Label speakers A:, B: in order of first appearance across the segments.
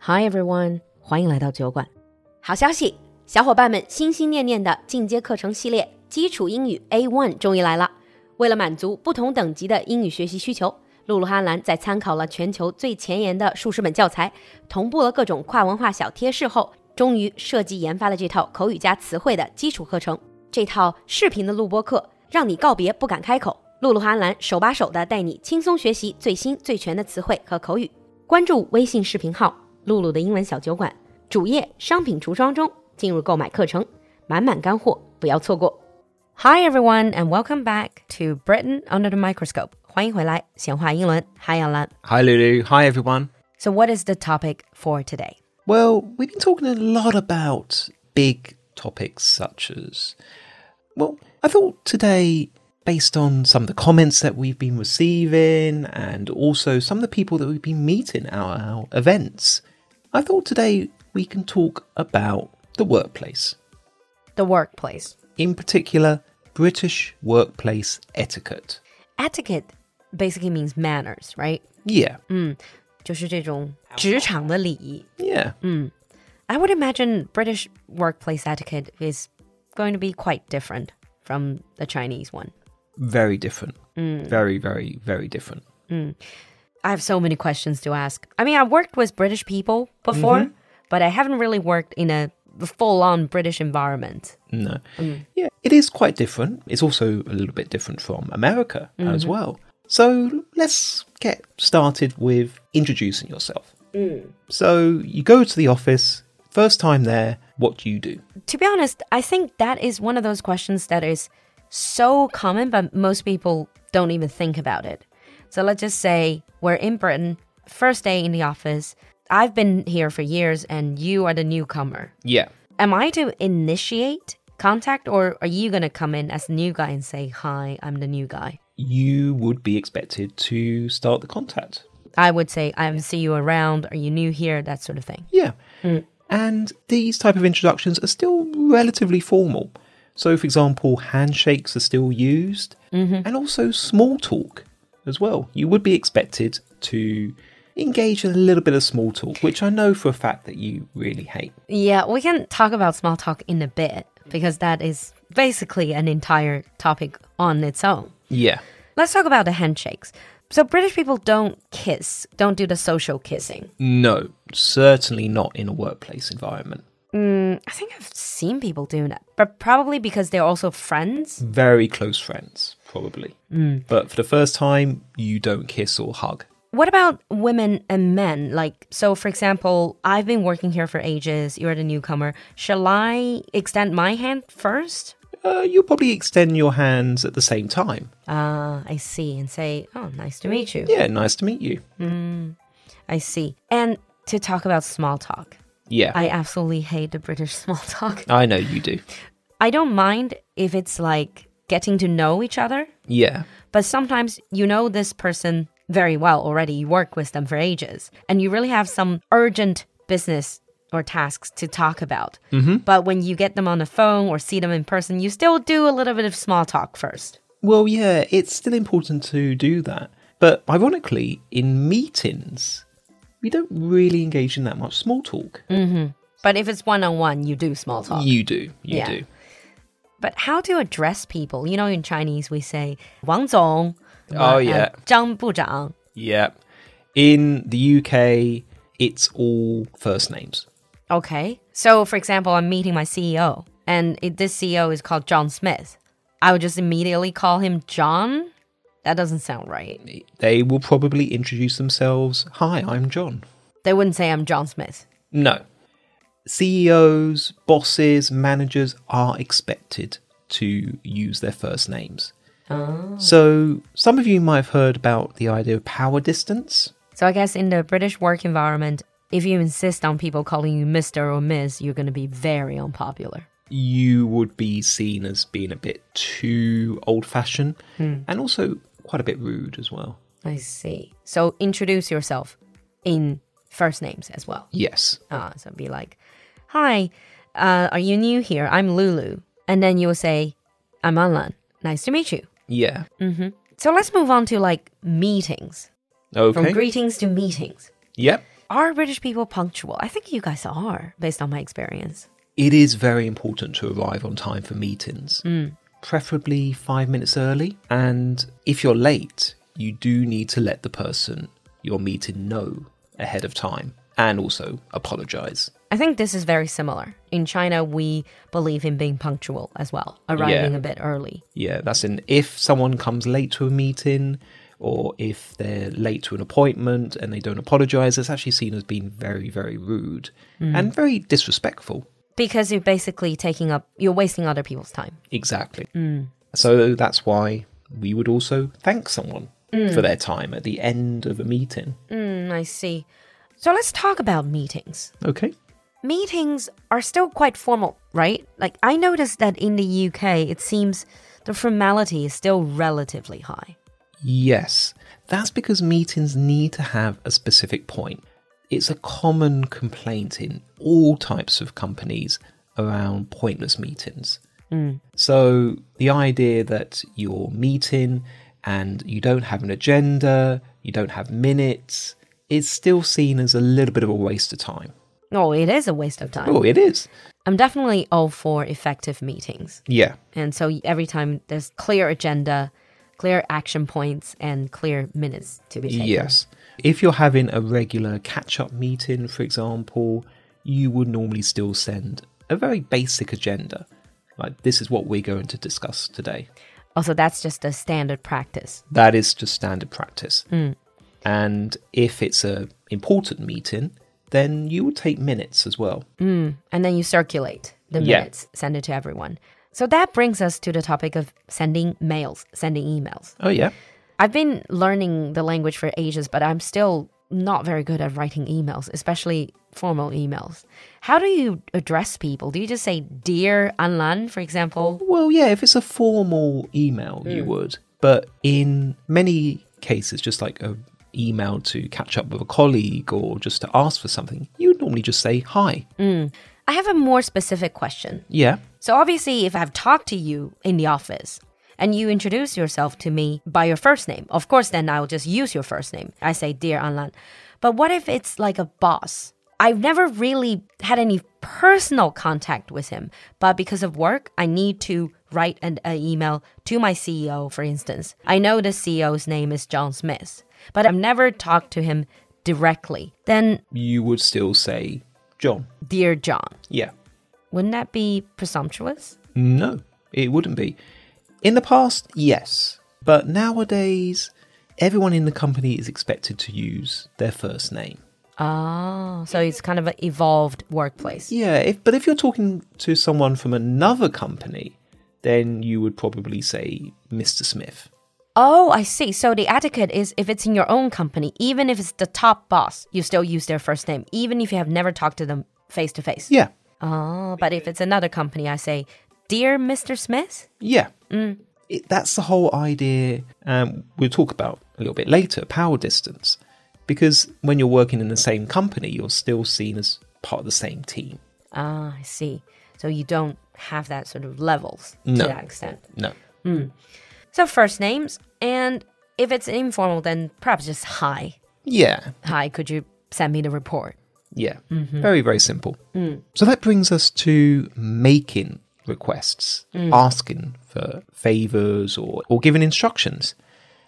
A: Hi everyone，欢迎来到酒馆。好消息，小伙伴们心心念念的进阶课程系列《基础英语 A One》终于来了。为了满足不同等级的英语学习需求，露露哈兰在参考了全球最前沿的数十本教材，同步了各种跨文化小贴士后，终于设计研发了这套口语加词汇的基础课程。这套视频的录播课，让你告别不敢开口。露露哈兰手把手的带你轻松学习最新最全的词汇和口语。关注微信视频号“露露的英文小酒馆”，主页商品橱窗中进入购买课程，满满干货，不要错过。Hi everyone and welcome back to Britain under the microscope. 欢迎回来，闲话英伦，嗨杨澜。
B: Hi, Lulu. Hi, everyone.
A: So what is the topic for today?
B: Well, we've been talking a lot about big topics such as. Well, I thought today, based on some of the comments that we've been receiving and also some of the people that we've been meeting at our events, I thought today we can talk about the workplace,
A: The workplace
B: in particular, British workplace etiquette.
A: etiquette basically means manners, right?
B: Yeah,
A: 就是这种职场的礼仪。
B: yeah.
A: I would imagine British workplace etiquette is going to be quite different from the Chinese one.
B: Very different. Very, very, very different.
A: I have so many questions to ask. I mean, I worked with British people before, but I haven't really worked in a full on British environment.
B: No. Yeah, it is quite different. It's also a little bit different from America as well. So let's get started with introducing yourself. So you go to the office, first time there, what do you do?
A: To be honest, I think that is one of those questions that is so common, but most people don't even think about it. So let's just say we're in Britain, first day in the office. I've been here for years, and you are the newcomer.
B: Yeah.
A: Am I to initiate contact, or are you going to come in as the new guy and say, Hi, I'm the new guy?
B: You would be expected to start the contact.
A: I would say, I haven't seen you around. Are you new here? That sort of thing.
B: Yeah. And these type of introductions are still relatively formal. So, for example, handshakes are still used, and also small talk as well. You would be expected to engage in a little bit of small talk, which I know for a fact that you really hate.
A: Yeah, we can talk about small talk in a bit because that is basically an entire topic on its own.
B: Yeah.
A: Let's talk about the handshakes. So, British people don't kiss, don't do the social kissing.
B: No, certainly not in a workplace environment.
A: I think I've seen people doing that, but probably because they're also friends.
B: Very close friends, probably. But for the first time, you don't kiss or hug.
A: What about women and men? Like, so for example, I've been working here for ages, you're the newcomer. Shall I extend my hand first?
B: Uh, you'll probably extend your hands at the same time.
A: Ah, I see, and say, oh, nice to meet you.
B: Yeah, nice to meet you.
A: I see. And to talk about small talk,
B: Yeah.
A: I absolutely hate the British small talk.
B: I know you do.
A: I don't mind if it's like getting to know each other,
B: Yeah.
A: but sometimes you know this person very well already, you work with them for ages, and you really have some urgent business or tasks to talk about. But when you get them on the phone or see them in person, you still do a little bit of small talk first.
B: Well, yeah, it's still important to do that. But ironically, in meetings, we don't really engage in that much small talk.
A: Mm. But if it's one on one, you do small talk.
B: You do. You
A: Yeah.
B: do.
A: But how to address people? You know, in Chinese, we say Wang Zong. uh,
B: Oh, yeah.
A: Zhang Buzhang.
B: Yeah. In the UK, it's all first names.
A: Okay. So, for example, I'm meeting my CEO, and it, this CEO is called John Smith. I would just immediately call him John. That doesn't sound right.
B: They will probably introduce themselves Hi, I'm John.
A: They wouldn't say I'm John Smith.
B: No. CEOs, bosses, managers are expected to use their first names. So, some of you might have heard about the idea of power distance.
A: So, I guess in the British work environment, if you insist on people calling you Mr. or Ms., you're going to be very unpopular.
B: You would be seen as being a bit too old fashioned and also quite a bit rude as well.
A: I see. So, introduce yourself in first names as well.
B: Yes.
A: Uh, so be like, hi, uh, are you new here? I'm Lulu. And then you will say, I'm Anlan. Nice to meet you.
B: Yeah.
A: So let's move on to like meetings. From
B: Okay.
A: greetings to meetings.
B: yep.
A: Are British people punctual? I think you guys are, based on my experience.
B: It is very important to arrive on time for meetings, preferably five minutes early. And if you're late, you do need to let the person you're meeting know ahead of time and also apologize.
A: I think this is very similar. In China, we believe in being punctual as well, arriving
B: Yeah.
A: a bit early.
B: Yeah, that's in if someone comes late to a meeting or if they're late to an appointment and they don't apologize, it's actually seen as being very, very rude and very disrespectful.
A: Because you're basically taking up, you're wasting other people's time.
B: Exactly. So that's why we would also thank someone for their time at the end of a meeting.
A: Mm, I see. So let's talk about meetings.
B: Okay.
A: meetings are still quite formal, right? Like, I noticed that in the UK, it seems the formality is still relatively high.
B: Yes. That's because meetings need to have a specific point. It's a common complaint in all types of companies around pointless meetings. Mm. So the idea that you're meeting and you don't have an agenda, you don't have minutes, is still seen as a little bit of a waste of time.
A: Oh, it is a waste of time.
B: Oh, it is.
A: I'm definitely all for effective meetings.
B: Yeah.
A: And so every time there's clear agenda, clear action points, and clear minutes to be taken.
B: Yes. If you're having a regular catch up meeting, for example, you would normally still send a very basic agenda. Like, this is what we're going to discuss today.
A: Also, that's just a standard practice.
B: That is just standard practice. And if it's a important meeting, then you would take minutes as well.
A: And then you circulate the
B: Yeah.
A: minutes, send it to everyone. So that brings us to the topic of sending mails, sending emails.
B: Oh, yeah.
A: I've been learning the language for ages, but I'm still not very good at writing emails, especially formal emails. How do you address people? Do you just say dear Anlan, for example?
B: Well, yeah, if it's a formal email, you would. But in many cases, just like a email to catch up with a colleague or just to ask for something, you would normally just say hi.
A: I have a more specific question.
B: Yeah.
A: So obviously, if I've talked to you in the office and you introduce yourself to me by your first name, of course, then I'll just use your first name. I say dear Anlan. But what if it's like a boss? I've never really had any personal contact with him, but because of work, I need to write an a email to my CEO, for instance. I know the CEO's name is John Smith, but I've never talked to him directly. Then,
B: you would still say John.
A: dear John,
B: Yeah.
A: wouldn't that be presumptuous?
B: No, it wouldn't be. In the past, yes. But nowadays, everyone in the company is expected to use their first name.
A: Oh, so it's kind of an evolved workplace.
B: Yeah, if, but if you're talking to someone from another company, then you would probably say Mr. Smith.
A: Oh, I see. So the etiquette is if it's in your own company, even if it's the top boss, you still use their first name, even if you have never talked to them face to face.
B: Yeah,
A: Oh, but if it's another company, I say, Dear Mr. Smith?
B: yeah. It, that's the whole idea. Um, we'll talk about a little bit later power distance. Because when you're working in the same company, you're still seen as part of the same team.
A: Ah, I see. So you don't have that sort of levels
B: No.
A: to that extent.
B: No.
A: So first names, and if it's informal, then perhaps just hi.
B: Yeah,
A: Hi, could you send me the report?
B: yeah. Very, very simple. So that brings us to making requests, asking for favors or, or giving instructions.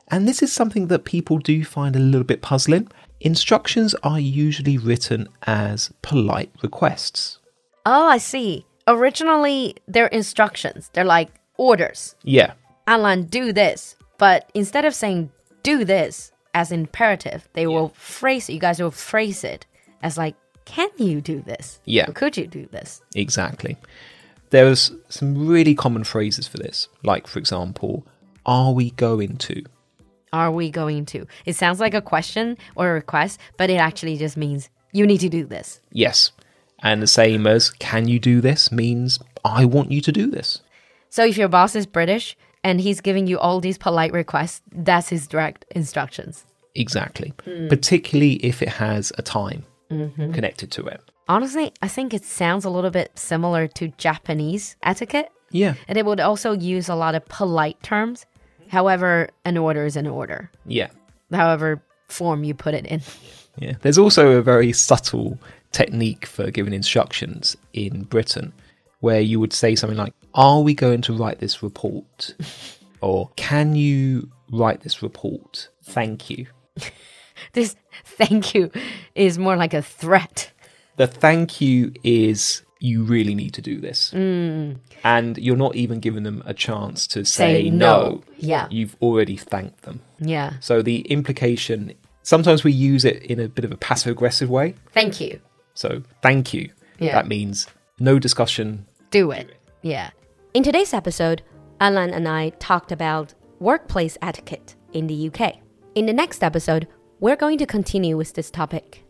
B: And this is something that people do find a little bit puzzling. Instructions are usually written as polite requests.
A: Oh, I see. Originally, they're instructions. They're like orders.
B: Yeah,
A: Alan, do this. But instead of saying do this as imperative, they will phrase it. You guys will phrase it as like, can you do this?
B: Yeah.
A: Or could you do this?
B: exactly. There's some really common phrases for this, like, for example, are we going to?
A: Are we going to? It sounds like a question or a request, but it actually just means you need to do this.
B: Yes. And the same as can you do this means I want you to do this.
A: So if your boss is British and he's giving you all these polite requests, that's his direct instructions.
B: Exactly. Particularly if it has a time connected to it.
A: Honestly, I think it sounds a little bit similar to Japanese etiquette.
B: Yeah.
A: And it would also use a lot of polite terms. However, an order is an order.
B: Yeah.
A: However, form you put it in.
B: Yeah. There's also a very subtle technique for giving instructions in Britain where you would say something like, Are we going to write this report? or Can you write this report? Thank you.
A: This thank you is more like a threat.
B: The thank you is you really need to do this. And you're not even giving them a chance to Mm. say,
A: Say
B: no.
A: no. Yeah.
B: You've already thanked them.
A: Yeah.
B: So the implication, sometimes we use it in a bit of a passive aggressive way.
A: Thank you.
B: So thank you.
A: Yeah.
B: That means no discussion.
A: Do it. Yeah. In today's episode, Alan and I talked about workplace etiquette in the UK. In the next episode, we're going to continue with this topic.